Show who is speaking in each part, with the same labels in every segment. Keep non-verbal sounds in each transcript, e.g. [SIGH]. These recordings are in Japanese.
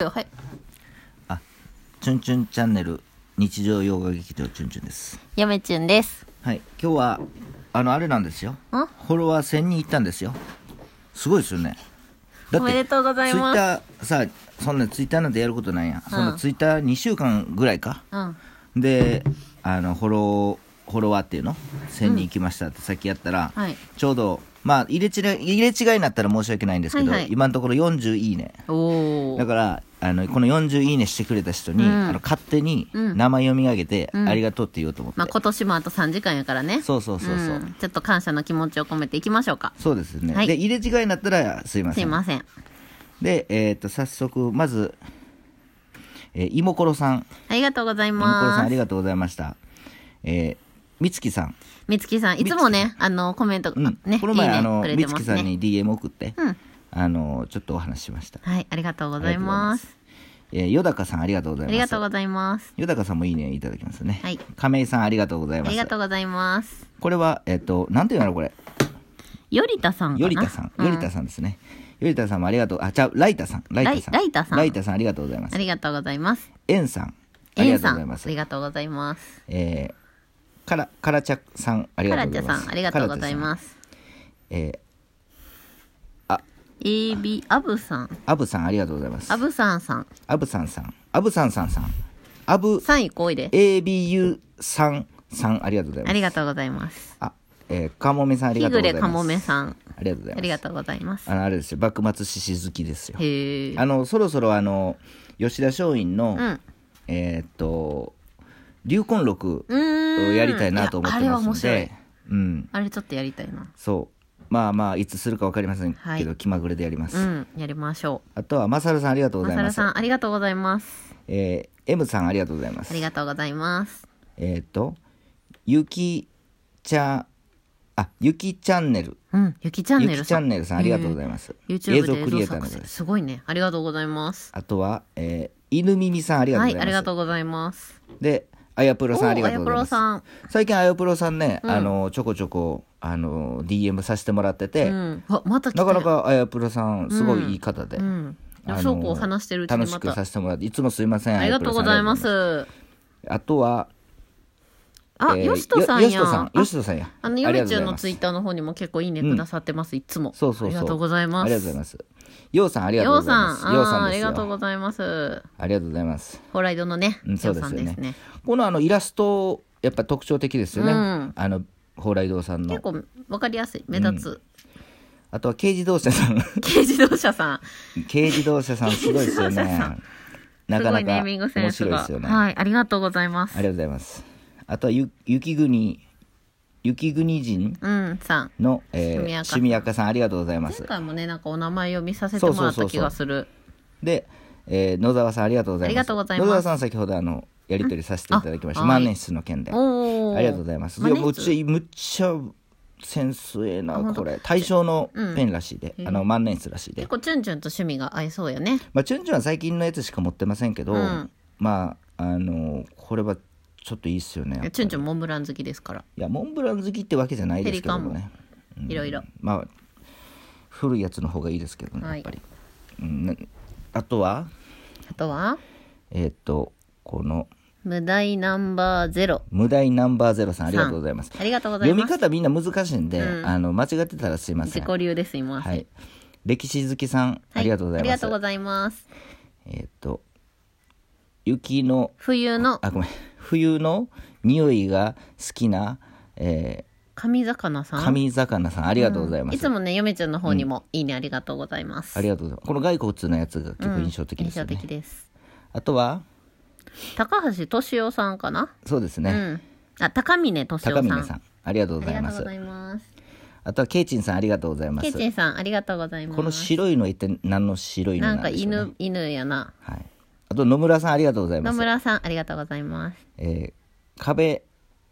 Speaker 1: はい、
Speaker 2: チュンチュンチャンネル日常洋画劇場チュンチュンです
Speaker 1: やめちゅんです。
Speaker 2: はい今日はあのあれなんですよフォロワー1000人いったんですよすごいですよねだ
Speaker 1: おめでとうございます
Speaker 2: ツイッターさそんなツイッターなんてやることないやん、そ
Speaker 1: う
Speaker 2: んなんツイッター2週間ぐらいか
Speaker 1: うん、
Speaker 2: であのフォローフォロワーっていうの1000人いきましたってさっきやったら、
Speaker 1: はい
Speaker 2: ちょうどまあ入れ違い入れ違いになったら申し訳ないんですけど、
Speaker 1: はいはい
Speaker 2: 今のところ40いいね
Speaker 1: お
Speaker 2: だ
Speaker 1: お。
Speaker 2: からあのこの40いいねしてくれた人に、
Speaker 1: うん
Speaker 2: あの勝手に
Speaker 1: うん
Speaker 2: 名前読み上げて、
Speaker 1: うん
Speaker 2: ありがとうって言おうと思って、
Speaker 1: まあ、今年もあと3時間やからね。
Speaker 2: そうそうそうそう、
Speaker 1: んちょっと感謝の気持ちを込めていきましょうか。
Speaker 2: そうですね、
Speaker 1: はい
Speaker 2: で入れ違いになったらすいますせ
Speaker 1: い
Speaker 2: ん
Speaker 1: ません。
Speaker 2: で、えー、と早速まず、えー、イモコロさんイ
Speaker 1: ありがとうござい
Speaker 2: モコロさん
Speaker 1: ま
Speaker 2: あり
Speaker 1: す。
Speaker 2: がとうございましたえー、みつきさん、
Speaker 1: みつきさん、いつもね、あの、コメント、
Speaker 2: うん
Speaker 1: ね、
Speaker 2: この前
Speaker 1: いいね
Speaker 2: あの
Speaker 1: くれて
Speaker 2: み
Speaker 1: ま
Speaker 2: つ
Speaker 1: す
Speaker 2: き
Speaker 1: ね
Speaker 2: さんに DM 送って、
Speaker 1: うん。
Speaker 2: あのちょっとお話ししました
Speaker 1: はい、ありがとうございます。
Speaker 2: えー、よだかさんありがとうござ
Speaker 1: あ
Speaker 2: い
Speaker 1: り
Speaker 2: ま
Speaker 1: が
Speaker 2: す
Speaker 1: とうございます。
Speaker 2: よだかさんもいいねいただきますね、
Speaker 1: はい
Speaker 2: 亀井さんありがとうござい
Speaker 1: あ
Speaker 2: ま
Speaker 1: り
Speaker 2: す
Speaker 1: がとうございます。
Speaker 2: これはえっ、となんていうのこれ
Speaker 1: よりたさんかな。
Speaker 2: よりたさん、よりた
Speaker 1: ん。
Speaker 2: さんですね。よりたさんもありがとう。あ、ちゃう、ライタさん、ライタさん。
Speaker 1: ライライタさん
Speaker 2: ライタさんありがとうございま
Speaker 1: あ
Speaker 2: す。
Speaker 1: りがとうございます。
Speaker 2: エンさん、あ
Speaker 1: え
Speaker 2: り
Speaker 1: ん
Speaker 2: がとう
Speaker 1: さ
Speaker 2: ござい
Speaker 1: ん、あ
Speaker 2: ます
Speaker 1: り。がとうございます。
Speaker 2: えー、から、からちゃさん、あり
Speaker 1: カ
Speaker 2: がと
Speaker 1: ラ
Speaker 2: うご
Speaker 1: チ
Speaker 2: ざい
Speaker 1: ャ
Speaker 2: ま
Speaker 1: さ
Speaker 2: す。。
Speaker 1: ん、ありがとうございますす。
Speaker 2: えー、
Speaker 1: AB、アブさん、
Speaker 2: アブさん、ありがとうございます
Speaker 1: ア。ブさんさん、
Speaker 2: アブさんさん、アブさんさんさん、アブ、
Speaker 1: 3位こいで。
Speaker 2: ABU さんさん、ありがとうございま
Speaker 1: あ
Speaker 2: す。
Speaker 1: りがとうございます。
Speaker 2: あ、えー、かもめさん、あり
Speaker 1: ひ
Speaker 2: がと
Speaker 1: ぐ
Speaker 2: うござい
Speaker 1: れ
Speaker 2: ま
Speaker 1: か
Speaker 2: す。
Speaker 1: もめさん、
Speaker 2: ありがとうござい
Speaker 1: あ
Speaker 2: ま
Speaker 1: り
Speaker 2: す。
Speaker 1: がとうございます。
Speaker 2: あの、あれですよ、幕末獅子好きですよ。
Speaker 1: へえ。
Speaker 2: あの、そろそろあの、吉田松陰の、
Speaker 1: うん。
Speaker 2: えーっと流魂録
Speaker 1: うー
Speaker 2: を
Speaker 1: ん。
Speaker 2: やりたいなと思って
Speaker 1: いやあれは
Speaker 2: ま
Speaker 1: 面
Speaker 2: すの
Speaker 1: 白い
Speaker 2: で。うん
Speaker 1: あれちょっとやりたいな。
Speaker 2: そうまあまあいつするか分かりませんけど、
Speaker 1: はい
Speaker 2: 気まぐれでやります、
Speaker 1: うん、やりましょ
Speaker 2: あとはマサルさんありがとう
Speaker 1: う。
Speaker 2: ご
Speaker 1: ま
Speaker 2: ざい
Speaker 1: さ
Speaker 2: ま
Speaker 1: る
Speaker 2: す
Speaker 1: さん、ありがとうございます。
Speaker 2: えー、M さんありがとうございま
Speaker 1: あ
Speaker 2: す
Speaker 1: りがとうございます。
Speaker 2: えーっとゆきちゃあゆきチャンネル
Speaker 1: うん、ゆきチャン
Speaker 2: ゆ
Speaker 1: ネル
Speaker 2: きチ
Speaker 1: さ
Speaker 2: ャ
Speaker 1: ん。
Speaker 2: ンネルさんありがとうございます、
Speaker 1: YouTube で映
Speaker 2: クリ
Speaker 1: 像
Speaker 2: エイター
Speaker 1: 作
Speaker 2: の方で
Speaker 1: 成。
Speaker 2: す
Speaker 1: すごいね。ありがとうございます。
Speaker 2: あとは、えー、犬耳さんありがとう
Speaker 1: は
Speaker 2: ご
Speaker 1: い、
Speaker 2: ざいます、
Speaker 1: ありがとうございます。
Speaker 2: であやぷろさん
Speaker 1: お
Speaker 2: ありがとうございます
Speaker 1: あやぷろ
Speaker 2: 最近あやぷろさんね、
Speaker 1: うん
Speaker 2: あのちょこちょこあの DM させてもらってて、
Speaker 1: さん。うん。あ、また来た
Speaker 2: な
Speaker 1: よ
Speaker 2: かな。かあやぷろさんすごいいい方で、
Speaker 1: うん。
Speaker 2: あの
Speaker 1: そうこう話してるうちに
Speaker 2: 楽
Speaker 1: ま
Speaker 2: しく
Speaker 1: た。
Speaker 2: させてもらっていつもすいません
Speaker 1: ありがとうございま
Speaker 2: ありがと
Speaker 1: す。
Speaker 2: うございますあとは
Speaker 1: あ、
Speaker 2: えー
Speaker 1: よしとさんや。
Speaker 2: よしとさんよしとさんや
Speaker 1: あの、
Speaker 2: あ
Speaker 1: ヨ
Speaker 2: り
Speaker 1: メ
Speaker 2: がと
Speaker 1: チ
Speaker 2: う
Speaker 1: ュ
Speaker 2: ご
Speaker 1: ンの
Speaker 2: ざいます
Speaker 1: ツイッターの方にも結構いいね
Speaker 2: うん
Speaker 1: くださってます、いつも。
Speaker 2: そうそうそう
Speaker 1: ありがとうございます。
Speaker 2: ありがとうございますようさんありがとう
Speaker 1: よ
Speaker 2: ご
Speaker 1: う
Speaker 2: ざい
Speaker 1: さ
Speaker 2: ま
Speaker 1: ん、
Speaker 2: すようさ
Speaker 1: あー
Speaker 2: ん
Speaker 1: あ
Speaker 2: で
Speaker 1: り
Speaker 2: すよ
Speaker 1: がとうございます。
Speaker 2: ありがとうございます
Speaker 1: ホライドのね、
Speaker 2: うん
Speaker 1: ようさんです
Speaker 2: そうですよ
Speaker 1: ね。
Speaker 2: このあのイラストやっぱ特徴的ですよね、
Speaker 1: うん
Speaker 2: あの蓬莱堂さんの
Speaker 1: 結構わかりやすい、目立
Speaker 2: あとは軽自動車さん
Speaker 1: つ。軽自動車さん。
Speaker 2: 軽自動車さんすごいです
Speaker 1: [LAUGHS] 軽
Speaker 2: よ
Speaker 1: 自動車さ
Speaker 2: ね
Speaker 1: ん。
Speaker 2: [LAUGHS] な
Speaker 1: す
Speaker 2: か
Speaker 1: ご
Speaker 2: ない
Speaker 1: ネー
Speaker 2: か
Speaker 1: ミング
Speaker 2: 面
Speaker 1: センス
Speaker 2: 白いで
Speaker 1: が。
Speaker 2: すよね。あ
Speaker 1: はい、ありがとうございま
Speaker 2: りが
Speaker 1: す。
Speaker 2: とうございます。あとはゆ雪国雪国人
Speaker 1: うん、さん。
Speaker 2: の、えー、
Speaker 1: 趣味赤さん
Speaker 2: 趣味赤さんありがとうございま
Speaker 1: 前
Speaker 2: す。
Speaker 1: 回もね、なんかお名前読みさせてもらった気がする。
Speaker 2: で、えー野沢さんありがとうござ
Speaker 1: あ
Speaker 2: います。
Speaker 1: りがとうございます
Speaker 2: 野沢さん先ほどあのやり取りさせていただきました。
Speaker 1: うんあは
Speaker 2: 万
Speaker 1: い
Speaker 2: 年筆の件で。あ
Speaker 1: おお。
Speaker 2: りがとうございます。い
Speaker 1: マ
Speaker 2: や
Speaker 1: ネ
Speaker 2: むっ
Speaker 1: ーズ
Speaker 2: ちゃむっちゃセンスええな
Speaker 1: あ本当
Speaker 2: これ。対象の
Speaker 1: うん
Speaker 2: ペンらしいで、
Speaker 1: へえ
Speaker 2: あの万年筆らしいで
Speaker 1: 結。構、チュンチュンと趣味が合いそうよね。
Speaker 2: まあ、チュンチュンは最近のやつしか持ってませんけど、
Speaker 1: うん
Speaker 2: まああのこれはちょっといいっすよねやっぱり
Speaker 1: チュンチュンモンブラン好きですから。
Speaker 2: いやモンブラン好きってわけじゃないですけどもねうん
Speaker 1: いろいろ。
Speaker 2: まあ古いやつの方がいいですけどね
Speaker 1: はい
Speaker 2: やっぱり、うんなあとは
Speaker 1: あとは、
Speaker 2: えーっとこの
Speaker 1: 無題ナンバーゼロ。
Speaker 2: 「無題ナンバーゼロ」さんありがとうございます
Speaker 1: ありがとうござい
Speaker 2: 読み
Speaker 1: ます。
Speaker 2: 方みんな難しいんで、
Speaker 1: うん
Speaker 2: あの間違ってたらすいませ
Speaker 1: 自
Speaker 2: ん
Speaker 1: 己流ですいません、
Speaker 2: は
Speaker 1: はい
Speaker 2: い歴史好きさんありがとうござい
Speaker 1: あり
Speaker 2: ま
Speaker 1: が
Speaker 2: す、
Speaker 1: とうございます
Speaker 2: えーっと雪の
Speaker 1: 冬の
Speaker 2: あごめん冬の匂いが好きな、え
Speaker 1: 神魚さ
Speaker 2: ー、
Speaker 1: ん
Speaker 2: 神魚さんありがとうございます、
Speaker 1: いつもね嫁ちゃんの方にも、いいねありがとうございます
Speaker 2: ありがとうございますこの骸骨のやつが結構印象的
Speaker 1: 印
Speaker 2: ですよ
Speaker 1: 象
Speaker 2: ね、
Speaker 1: 的です
Speaker 2: あとは
Speaker 1: 高橋俊夫さんかな、
Speaker 2: そうです
Speaker 1: う
Speaker 2: ね、
Speaker 1: んあ高峰俊夫
Speaker 2: 高
Speaker 1: さん
Speaker 2: 峰さんありがとうご
Speaker 1: あ
Speaker 2: ざい
Speaker 1: りが
Speaker 2: ま
Speaker 1: とう
Speaker 2: す
Speaker 1: ございます
Speaker 2: あとはケイチンさんありがとうございま
Speaker 1: ケ
Speaker 2: す
Speaker 1: イチンさんありがとうございます
Speaker 2: この白いの一体何の白いの
Speaker 1: な
Speaker 2: なん
Speaker 1: か
Speaker 2: んでしょう、ね、
Speaker 1: 犬犬やな
Speaker 2: はい、あと野村さんありがとうございま
Speaker 1: 野
Speaker 2: す、
Speaker 1: 村さんありがとうございます
Speaker 2: えー、壁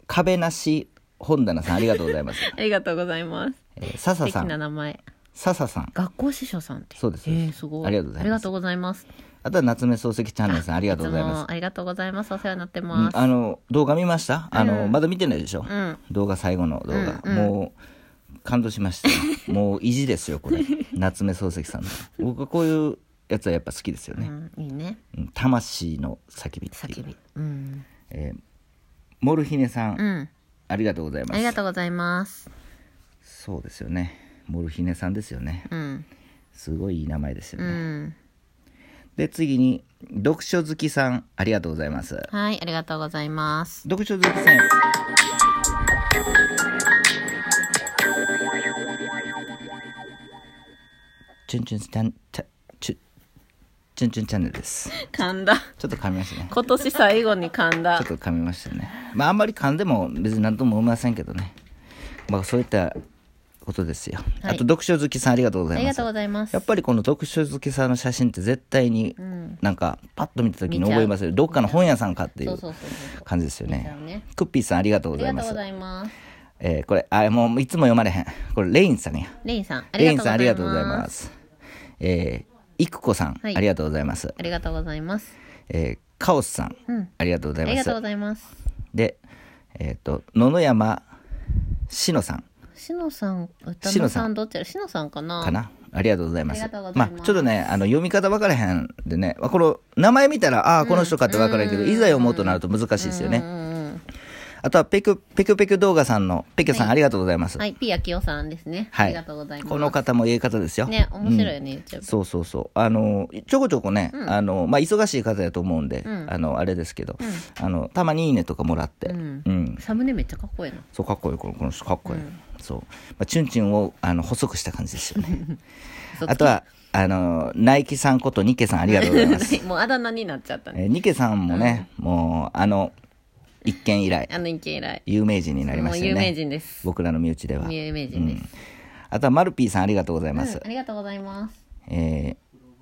Speaker 2: 壁なし本棚さんありがとうござ
Speaker 1: [LAUGHS]
Speaker 2: います、
Speaker 1: ありがとうございます
Speaker 2: えー、笹
Speaker 1: 素
Speaker 2: さ
Speaker 1: 敵なん名前
Speaker 2: 笹さん
Speaker 1: 学校司書さんって
Speaker 2: そうです
Speaker 1: えー、すごい
Speaker 2: ありがとうございます
Speaker 1: ありがとうございます
Speaker 2: あとは夏目漱石チャンネルさんありがとうございます
Speaker 1: つもありがとうございますお世話になって
Speaker 2: うん
Speaker 1: ます、
Speaker 2: あの動画見ましたあの、まだ見てないでしょ、
Speaker 1: ん
Speaker 2: 動画最後の動画、も
Speaker 1: [LAUGHS]
Speaker 2: う感動しましたよもう意地ですよこれ夏目漱石さんの僕はこういうやつはやっぱ好きですよ
Speaker 1: う
Speaker 2: ね。
Speaker 1: ん、いいね
Speaker 2: うん魂の叫びってい
Speaker 1: 叫
Speaker 2: う
Speaker 1: びうん、
Speaker 2: えーモルヒネさん、
Speaker 1: うん、
Speaker 2: ありがとうございます。
Speaker 1: ありがとうございます
Speaker 2: そうですよね。モルヒネさんですよね。
Speaker 1: うん
Speaker 2: すごいいい名前ですよ
Speaker 1: う
Speaker 2: ね。
Speaker 1: ん
Speaker 2: で次に読書好きさんありがとうございます。
Speaker 1: はいありがとうございます
Speaker 2: 読書好きさん。チュンチュンチャンチャチュチュンチュンチャンネルです。
Speaker 1: 噛んだ
Speaker 2: ちょっと噛みましたね。
Speaker 1: 今年最後に噛んだ
Speaker 2: ちょっと噛みましたね。まああんまり噛んでも別に何とも思いませんけどね。まあそういったことですよ。あ
Speaker 1: はい
Speaker 2: と読書好きさんありがとうござ
Speaker 1: あ
Speaker 2: い
Speaker 1: り
Speaker 2: ま
Speaker 1: が
Speaker 2: す
Speaker 1: とう。ございます
Speaker 2: やっぱりこの読書好きさんの写真って絶対に
Speaker 1: うん
Speaker 2: なんかパッと見た時に
Speaker 1: 見ちゃう
Speaker 2: 覚えますよどっかの本屋さんかってい
Speaker 1: そう
Speaker 2: う
Speaker 1: そうそうそう
Speaker 2: 感じですよ
Speaker 1: 見ちゃうね
Speaker 2: ねクッピーさんありがとう
Speaker 1: あ
Speaker 2: ご
Speaker 1: り
Speaker 2: ざい
Speaker 1: が
Speaker 2: ま
Speaker 1: とうご
Speaker 2: す
Speaker 1: ざいます
Speaker 2: えーこれあもういつも読まれへんこれレインさんや
Speaker 1: レインさんあり
Speaker 2: レイ
Speaker 1: が
Speaker 2: ン
Speaker 1: とうご
Speaker 2: さん
Speaker 1: ざいます
Speaker 2: ありがとうございますえーいくこさんあ
Speaker 1: はい
Speaker 2: りがとうございます
Speaker 1: ありがとうございます
Speaker 2: えーカオスさん
Speaker 1: うん
Speaker 2: ありがとうござ
Speaker 1: あ
Speaker 2: い
Speaker 1: り
Speaker 2: ま
Speaker 1: がとうご
Speaker 2: す
Speaker 1: ざいます
Speaker 2: でえっと野々山しのさん
Speaker 1: しのさん歌
Speaker 2: しの
Speaker 1: の
Speaker 2: さ
Speaker 1: さ
Speaker 2: ん
Speaker 1: んどっちらしのさんかな
Speaker 2: かなありがとうございます
Speaker 1: ありがとうございます
Speaker 2: まあ、ちょっとねあの読み方分からへんでねあこの名前見たらああーこの人かって分からへんけど、いざ読もうとなると難しいですよね、
Speaker 1: うんうん
Speaker 2: あとはペクペクペク動画さんのペクさん、ありがとうございます。
Speaker 1: うんはい、ピアキヨさんですね。
Speaker 2: はい
Speaker 1: ありがとうございます。
Speaker 2: この方もええ方ですよ。
Speaker 1: ね、面白いよね、YouTube。
Speaker 2: そうそうそう。あの、ちょこちょこね、あの、まあ、忙しい方やと思うんで、あの、あれですけど、あの、たまにいいねとかもらって、うん
Speaker 1: ん。サムネめっちゃかっこいいな。
Speaker 2: そう、かっこいい、このこの人かっこいい。そう。まあ、チュンチュンを、あの、細くした感じですよね。
Speaker 1: [LAUGHS] 嘘つき
Speaker 2: あとは、あの、ナイキさんことニケさん、ありがとうござ
Speaker 1: [LAUGHS]
Speaker 2: います。
Speaker 1: もうあだ名になっちゃったね。
Speaker 2: えーニケさんもね、もう、あの、一見以来、
Speaker 1: あの人気以来。
Speaker 2: 有名人になり
Speaker 1: も
Speaker 2: ま
Speaker 1: う
Speaker 2: したよね。
Speaker 1: 有名人です。
Speaker 2: 僕らの身内では。
Speaker 1: 有名人です。
Speaker 2: あとはマルピーさんありがとうございます。
Speaker 1: ありがとうございます。
Speaker 2: えー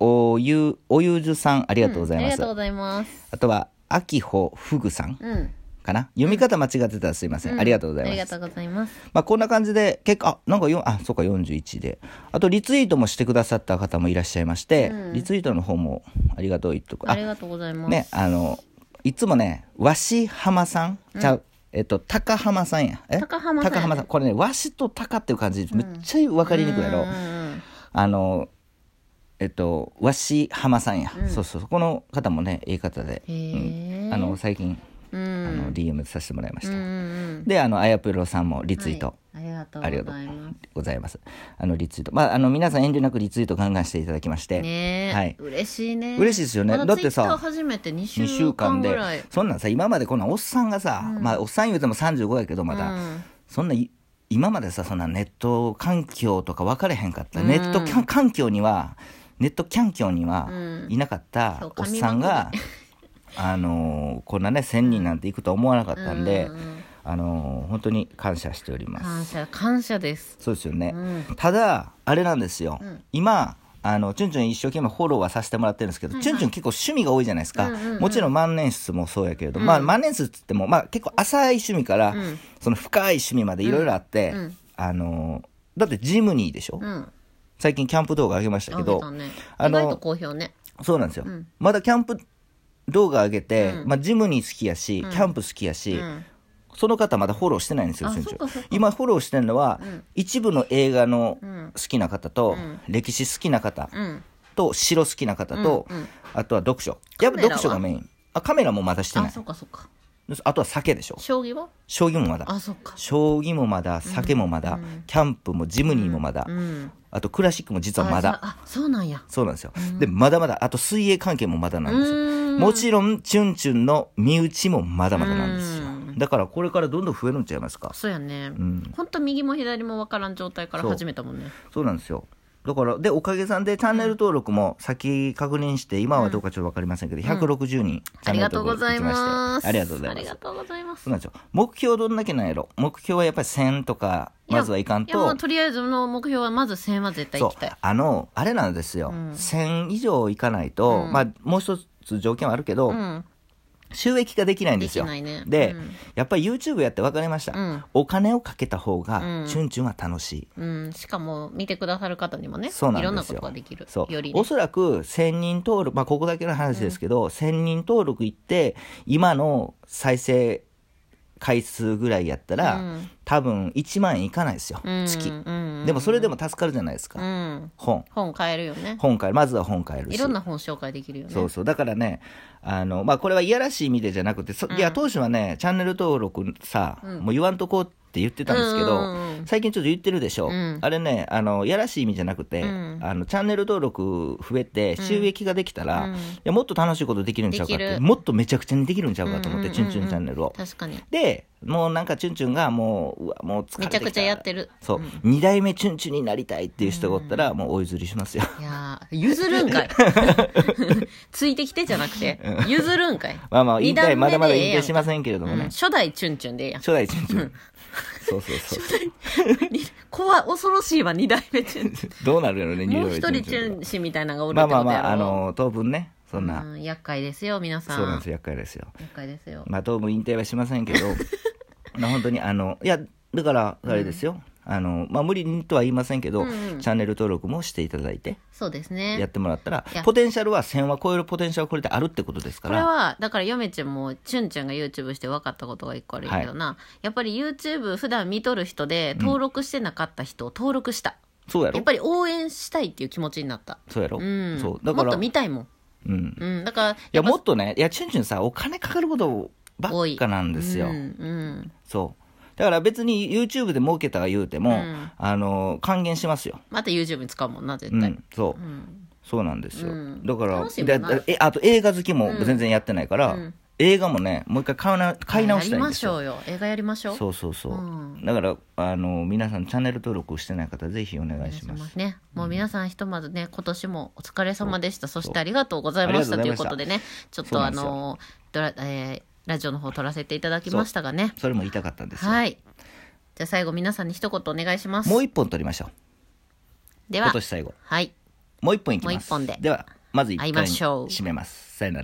Speaker 2: おゆおゆじゅさんありがとうご
Speaker 1: あ
Speaker 2: ざい
Speaker 1: り
Speaker 2: ま
Speaker 1: が
Speaker 2: す。
Speaker 1: とう
Speaker 2: あ
Speaker 1: ございます。
Speaker 2: とはあきほふぐさん
Speaker 1: うん。
Speaker 2: かな。読み方間違ってたらすいません。ありがとうござ
Speaker 1: あ
Speaker 2: い
Speaker 1: り
Speaker 2: ま
Speaker 1: が
Speaker 2: す。
Speaker 1: とうございます。
Speaker 2: まあこんな感じで結構あなんかよあそうか41であとリツイートもしてくださった方もいらっしゃいまして、リツイートの方もありがとう言っとく
Speaker 1: あ
Speaker 2: あ
Speaker 1: りがとうございます。
Speaker 2: ねあのいつもねわしはまさん、ちゃうえっと高浜さんやえ
Speaker 1: 高浜さんやね
Speaker 2: 高浜さんこれねわしと高っていう感じめっちゃ分かりにくいやろ、
Speaker 1: うんうん。
Speaker 2: あのえっと鷲浜さんや、そうそうこの方もねええ方で、
Speaker 1: へえ。
Speaker 2: あの最近、
Speaker 1: うん。
Speaker 2: あの DM させてもらいました、
Speaker 1: うんうん。
Speaker 2: であのあやぷろさんもリツイート、
Speaker 1: はい。ありがと
Speaker 2: ありが
Speaker 1: う
Speaker 2: と
Speaker 1: ご
Speaker 2: う
Speaker 1: ざいます。
Speaker 2: ございますあのリツイートまああの皆さん遠慮なくリツイートガンガンしていただきまして、
Speaker 1: ねえ、
Speaker 2: はい
Speaker 1: 嬉しいね
Speaker 2: 嬉しいですよね
Speaker 1: ま
Speaker 2: だってさ
Speaker 1: Twitter 初めて2
Speaker 2: 2週
Speaker 1: 週間
Speaker 2: 間で
Speaker 1: ぐらい
Speaker 2: そんなんさ今までこんなんおっさんがさ、まあおっさん言うても35やけどまだ、
Speaker 1: うん
Speaker 2: そんない今までさそんなネット環境とか分かれへんかった、ネットキャン環境にはネットキャン境には
Speaker 1: うん
Speaker 2: いなかった
Speaker 1: そう
Speaker 2: おっさんが、あのーこんなね1,000人なんていくとは思わなかったんで、
Speaker 1: うんうん
Speaker 2: あのー本当に感謝しております。
Speaker 1: 感謝感謝です
Speaker 2: そうですよね、
Speaker 1: ん
Speaker 2: ただあれなんですよ、
Speaker 1: ん
Speaker 2: 今あのチュンチュン一生懸命フォローはさせてもらってるんですけど、チュンチュン結構趣味が多いじゃないですか、
Speaker 1: うんうんうん
Speaker 2: もちろん万年筆もそうやけれど、まあ万年筆っつっても、まあ、結構浅い趣味から、
Speaker 1: ん
Speaker 2: その深い趣味までいろいろあって、
Speaker 1: うんうん
Speaker 2: あのだってジムニーでしょ、
Speaker 1: うん
Speaker 2: 最近キャンプ動画上げましたけ
Speaker 1: あ
Speaker 2: ど
Speaker 1: げたね
Speaker 2: あ
Speaker 1: 意
Speaker 2: の
Speaker 1: 外と好評ね
Speaker 2: そうなんですよ、
Speaker 1: ん
Speaker 2: まだキャンプ動画上げて、まあ、ジムニー好きやし、キャンプ好きやし、
Speaker 1: うん
Speaker 2: その方まだフォローしてないんですよ、
Speaker 1: あ
Speaker 2: チュンチ
Speaker 1: そ
Speaker 2: ュ
Speaker 1: っか
Speaker 2: ン
Speaker 1: そっか
Speaker 2: 今フォローしてるのは、一部の映画の好きな方と、歴史好きな方
Speaker 1: うん
Speaker 2: と、城好きな方と、
Speaker 1: うんうん
Speaker 2: あとは読書。やっ
Speaker 1: カ
Speaker 2: ぱ
Speaker 1: メラは
Speaker 2: 読書がメイン。あ、カメラもまだしてな
Speaker 1: あ
Speaker 2: い。
Speaker 1: そっかそっか
Speaker 2: あとは酒でしょ。
Speaker 1: 将棋は
Speaker 2: 将棋もまだ。
Speaker 1: あそっか
Speaker 2: 将棋もまだ、酒もまだ、キャンプもジムニーもまだ、
Speaker 1: うん
Speaker 2: あとクラシックも実はまだ。
Speaker 1: あそうなんや
Speaker 2: そうなんですよ。で、まだまだ、あと水泳関係もまだなんですよ。もちろん、チュンチュンの身内もまだまだなんですよ
Speaker 1: う。
Speaker 2: だから、これからどんどん増えるんちゃいますか。
Speaker 1: そうやねほんと右も左もわからん状態から
Speaker 2: そう
Speaker 1: 始めたもんね
Speaker 2: そうなんですよ。だから、で、おかげさんで、チャンネル登録も先確認して、今はどうかちょっとわかりませんけど、160人、チャ
Speaker 1: あ
Speaker 2: ン
Speaker 1: り
Speaker 2: ネ
Speaker 1: が
Speaker 2: ル
Speaker 1: とう
Speaker 2: 登
Speaker 1: ご
Speaker 2: 録
Speaker 1: ざ
Speaker 2: で
Speaker 1: い
Speaker 2: きまし
Speaker 1: ま
Speaker 2: て。
Speaker 1: す
Speaker 2: ありがとうござい
Speaker 1: あ
Speaker 2: ま
Speaker 1: り
Speaker 2: す
Speaker 1: が。とうございます
Speaker 2: そうなんですよ。目標どんだけなんやろ目標はやっぱり1000とか、
Speaker 1: いや
Speaker 2: まずはいかん
Speaker 1: いやまあ
Speaker 2: と。
Speaker 1: とりあえずの目標はまず1000は絶対
Speaker 2: そ
Speaker 1: 行
Speaker 2: う
Speaker 1: きたい。
Speaker 2: あの、あれなんですよ。1000以上いかないと、まあ、もう一つ条件はあるけど、
Speaker 1: うん
Speaker 2: 収益化できないんですよ。
Speaker 1: できないね
Speaker 2: で
Speaker 1: うん
Speaker 2: やっぱり YouTube やって分かりました。
Speaker 1: ん
Speaker 2: お金をかけた方が、
Speaker 1: うん
Speaker 2: チュンチュンは楽しい。
Speaker 1: うんしかも見てくださる方にもね
Speaker 2: そうなん
Speaker 1: いろん
Speaker 2: で
Speaker 1: な
Speaker 2: す
Speaker 1: こ
Speaker 2: よ。
Speaker 1: とができる
Speaker 2: そう
Speaker 1: より
Speaker 2: お
Speaker 1: ね
Speaker 2: そらく1000人登録、まあ、ここだけの話ですけど、1000人登録いって、今の再生回数ぐらいやったら、
Speaker 1: うん
Speaker 2: 多分1万円いかないですよ、
Speaker 1: うん
Speaker 2: 月、
Speaker 1: うん
Speaker 2: でもそれでも助かるじゃないですか、
Speaker 1: うん
Speaker 2: 本
Speaker 1: 本買えるよね
Speaker 2: 本買えるまずは本買えるし
Speaker 1: いろんな本紹介できるよね
Speaker 2: そうそうだからねあの、まあ、これはいやらしい意味でじゃなくてそ、いや当初はねチャンネル登録さ、もう言わんとこうって言ってたんですけど、
Speaker 1: うんうんうん
Speaker 2: 最近ちょっと言ってるでし
Speaker 1: う
Speaker 2: ょ、
Speaker 1: ん
Speaker 2: あれねあのいやらしい意味じゃなくて、
Speaker 1: うん
Speaker 2: あのチャンネル登録増えて収益ができたら、
Speaker 1: うん
Speaker 2: いやもっと楽しいことできるんちゃうかっ
Speaker 1: でき
Speaker 2: て
Speaker 1: る
Speaker 2: もっとめちゃくちゃにできるんちゃうかと思って「
Speaker 1: うんうんうんうん
Speaker 2: チュンチュンチャンネルを」
Speaker 1: 確かに
Speaker 2: でもうなんかチュンチュンがもううわもう疲れてきた
Speaker 1: めちゃくちゃやってる
Speaker 2: そう、
Speaker 1: うん
Speaker 2: 2代目チュンチュンになりたいっていう人がおったら、もうお譲りしますよ
Speaker 1: いやー譲るん
Speaker 2: [LAUGHS]
Speaker 1: かいついてきてじゃなくて譲るんかい
Speaker 2: まあまあ引
Speaker 1: 二段目
Speaker 2: 退
Speaker 1: で
Speaker 2: まだまだ
Speaker 1: ええや
Speaker 2: 引退
Speaker 1: んか
Speaker 2: しませんけれども
Speaker 1: うん
Speaker 2: ね、
Speaker 1: 初代チュンチュンでええやん
Speaker 2: 初代チュンチュンそうそうそう
Speaker 1: 怖い恐ろしいわ二代目チュンチ
Speaker 2: どうなるやろ
Speaker 1: [LAUGHS]
Speaker 2: ね [LAUGHS]
Speaker 1: ュン
Speaker 2: ニュー
Speaker 1: もう
Speaker 2: ヨー
Speaker 1: 一
Speaker 2: ク
Speaker 1: 人チュン氏みたいなのがおる
Speaker 2: ま
Speaker 1: っ
Speaker 2: あ
Speaker 1: て
Speaker 2: まあ
Speaker 1: こと
Speaker 2: ま
Speaker 1: やろ
Speaker 2: ああの当分ねそんな、
Speaker 1: うん厄介ですよ皆さん
Speaker 2: そうなんですよ厄介ですよ
Speaker 1: 厄介ですよ
Speaker 2: まあ当分引退はしませんけ
Speaker 1: [LAUGHS]
Speaker 2: どまあ本当にあのいやだからあれですよ、あのまあ、無理にとは言いませんけど、
Speaker 1: うんうん
Speaker 2: チャンネル登録もしていただいて
Speaker 1: そうです
Speaker 2: やっ
Speaker 1: ね
Speaker 2: てもらったら
Speaker 1: いや
Speaker 2: ポテンシャルは1000は超えるポテンシャルはこれであるってことですか
Speaker 1: これ
Speaker 2: ら
Speaker 1: はだから嫁ちゃんもチュンちゃんが YouTube して分かったことが一個あるんやけどな、やっぱり YouTube 普段見とる人で登録してなかった人を登録した、
Speaker 2: そうや
Speaker 1: や
Speaker 2: ろ
Speaker 1: っぱり応援したいっていう気持ちになった
Speaker 2: そうやろ、
Speaker 1: うん
Speaker 2: そうだか
Speaker 1: もっ
Speaker 2: ら
Speaker 1: と見たいもん
Speaker 2: うん、
Speaker 1: うんだからやっ
Speaker 2: いやもっとねいやチュンチュンさお金かかることばっかなんですよ、
Speaker 1: うんうん
Speaker 2: そうだから別に YouTube で儲けたが言うて
Speaker 1: う
Speaker 2: も、
Speaker 1: ん
Speaker 2: あの還元しますよ、
Speaker 1: また YouTube に使うもんな絶
Speaker 2: う
Speaker 1: 対、
Speaker 2: ん、そう、
Speaker 1: ん
Speaker 2: そうなんですよ、
Speaker 1: うん
Speaker 2: だから
Speaker 1: 楽しいもんな
Speaker 2: でえあと映画好きも全然やってないから、
Speaker 1: うん
Speaker 2: 映画もねもう一回買うな買い直したいんですよ
Speaker 1: やりましょうよ映画やりましょう
Speaker 2: そうそうそう、
Speaker 1: うん
Speaker 2: だからあの皆さんチャンネル登録してない方ぜひお願
Speaker 1: お願
Speaker 2: い
Speaker 1: い
Speaker 2: し
Speaker 1: し
Speaker 2: ま
Speaker 1: ますすね、もう皆さんひとまずね今年もお疲れ様でしたそしてありがとうございました
Speaker 2: あ
Speaker 1: とい
Speaker 2: りが
Speaker 1: う
Speaker 2: とう
Speaker 1: こと
Speaker 2: ござ
Speaker 1: でねちょっ
Speaker 2: そう
Speaker 1: と
Speaker 2: な
Speaker 1: あ
Speaker 2: んですよ
Speaker 1: のドラ、えーラジオの方撮らせていただきましたがね
Speaker 2: それも言いたかったんですよ、
Speaker 1: はいじゃあ最後皆さんに一言お願いします
Speaker 2: もう一本撮りましょう
Speaker 1: で
Speaker 2: 今
Speaker 1: は
Speaker 2: 年最後
Speaker 1: はい
Speaker 2: もう一本いきます
Speaker 1: もう一本で
Speaker 2: はまず一
Speaker 1: 会い
Speaker 2: 回
Speaker 1: ましょう
Speaker 2: 締めますさよなら